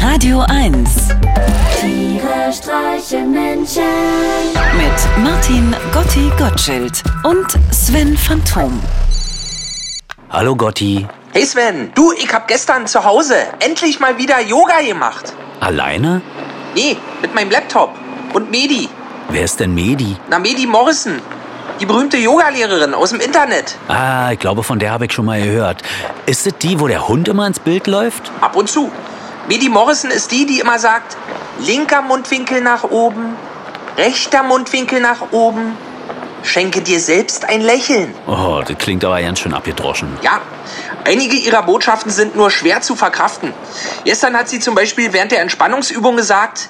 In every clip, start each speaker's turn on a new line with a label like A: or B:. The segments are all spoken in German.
A: Radio 1
B: Tiere streichen Menschen.
A: mit Martin Gotti Gottschild und Sven Phantom.
C: Hallo Gotti.
D: Hey Sven, du, ich hab gestern zu Hause endlich mal wieder Yoga gemacht.
C: Alleine?
D: Nee, mit meinem Laptop. Und Medi.
C: Wer ist denn Medi?
D: Na, Medi Morrison. Die berühmte Yogalehrerin aus dem Internet.
C: Ah, ich glaube, von der habe ich schon mal gehört. Ist es die, wo der Hund immer ins Bild läuft?
D: Ab und zu. Medi Morrison ist die, die immer sagt, linker Mundwinkel nach oben, rechter Mundwinkel nach oben. Schenke dir selbst ein Lächeln.
C: Oh, das klingt aber ganz schön abgedroschen.
D: Ja, einige ihrer Botschaften sind nur schwer zu verkraften. Gestern hat sie zum Beispiel während der Entspannungsübung gesagt,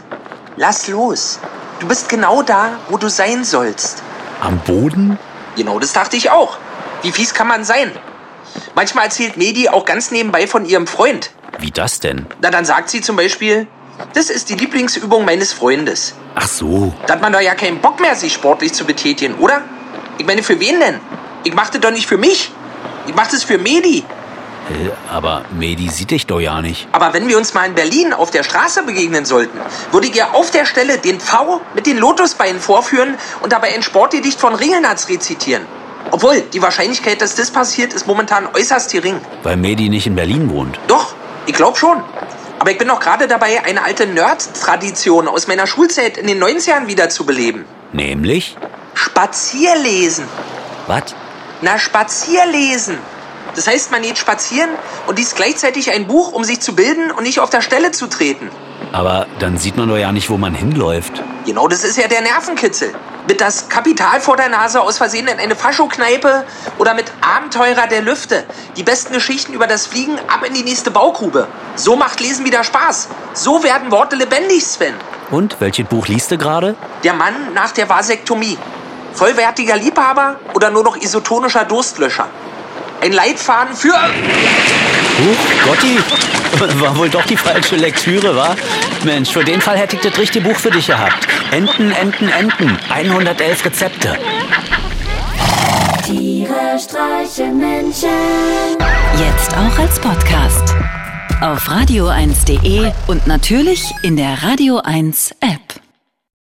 D: lass los. Du bist genau da, wo du sein sollst.
C: Am Boden?
D: Genau das dachte ich auch. Wie fies kann man sein? Manchmal erzählt Medi auch ganz nebenbei von ihrem Freund.
C: Wie das denn?
D: Na, dann sagt sie zum Beispiel, das ist die Lieblingsübung meines Freundes.
C: Ach so.
D: Da hat man doch ja keinen Bock mehr, sich sportlich zu betätigen, oder? Ich meine, für wen denn? Ich machte doch nicht für mich. Ich machte es für Medi.
C: Äh, Aber Medi sieht dich doch ja nicht.
D: Aber wenn wir uns mal in Berlin auf der Straße begegnen sollten, würde ich ihr auf der Stelle den V mit den Lotusbeinen vorführen und dabei ein Sportgedicht von Ringelnatz rezitieren. Obwohl, die Wahrscheinlichkeit, dass das passiert, ist momentan äußerst gering.
C: Weil Medi nicht in Berlin wohnt.
D: Doch, ich glaube schon. Aber ich bin auch gerade dabei, eine alte Nerd-Tradition aus meiner Schulzeit in den 90ern wieder zu beleben.
C: Nämlich?
D: Spazierlesen.
C: Was?
D: Na, Spazierlesen. Das heißt, man geht spazieren und liest gleichzeitig ein Buch, um sich zu bilden und nicht auf der Stelle zu treten.
C: Aber dann sieht man doch ja nicht, wo man hinläuft.
D: Genau, das ist ja der Nervenkitzel. Mit das Kapital vor der Nase aus Versehen in eine Faschokneipe oder mit Abenteurer der Lüfte. Die besten Geschichten über das Fliegen ab in die nächste Baugrube. So macht Lesen wieder Spaß. So werden Worte lebendig, Sven.
C: Und welches Buch liest du gerade?
D: Der Mann nach der Vasektomie. Vollwertiger Liebhaber oder nur noch isotonischer Durstlöscher? Ein Leitfaden für...
C: Huch, Gotti, war wohl doch die falsche Lektüre, wa? Mensch, für den Fall hätte ich das richtige Buch für dich gehabt. Enten, Enten, Enten. 111 Rezepte.
B: Tiere streichen Menschen.
A: Jetzt auch als Podcast. Auf radio1.de und natürlich in der Radio 1 App.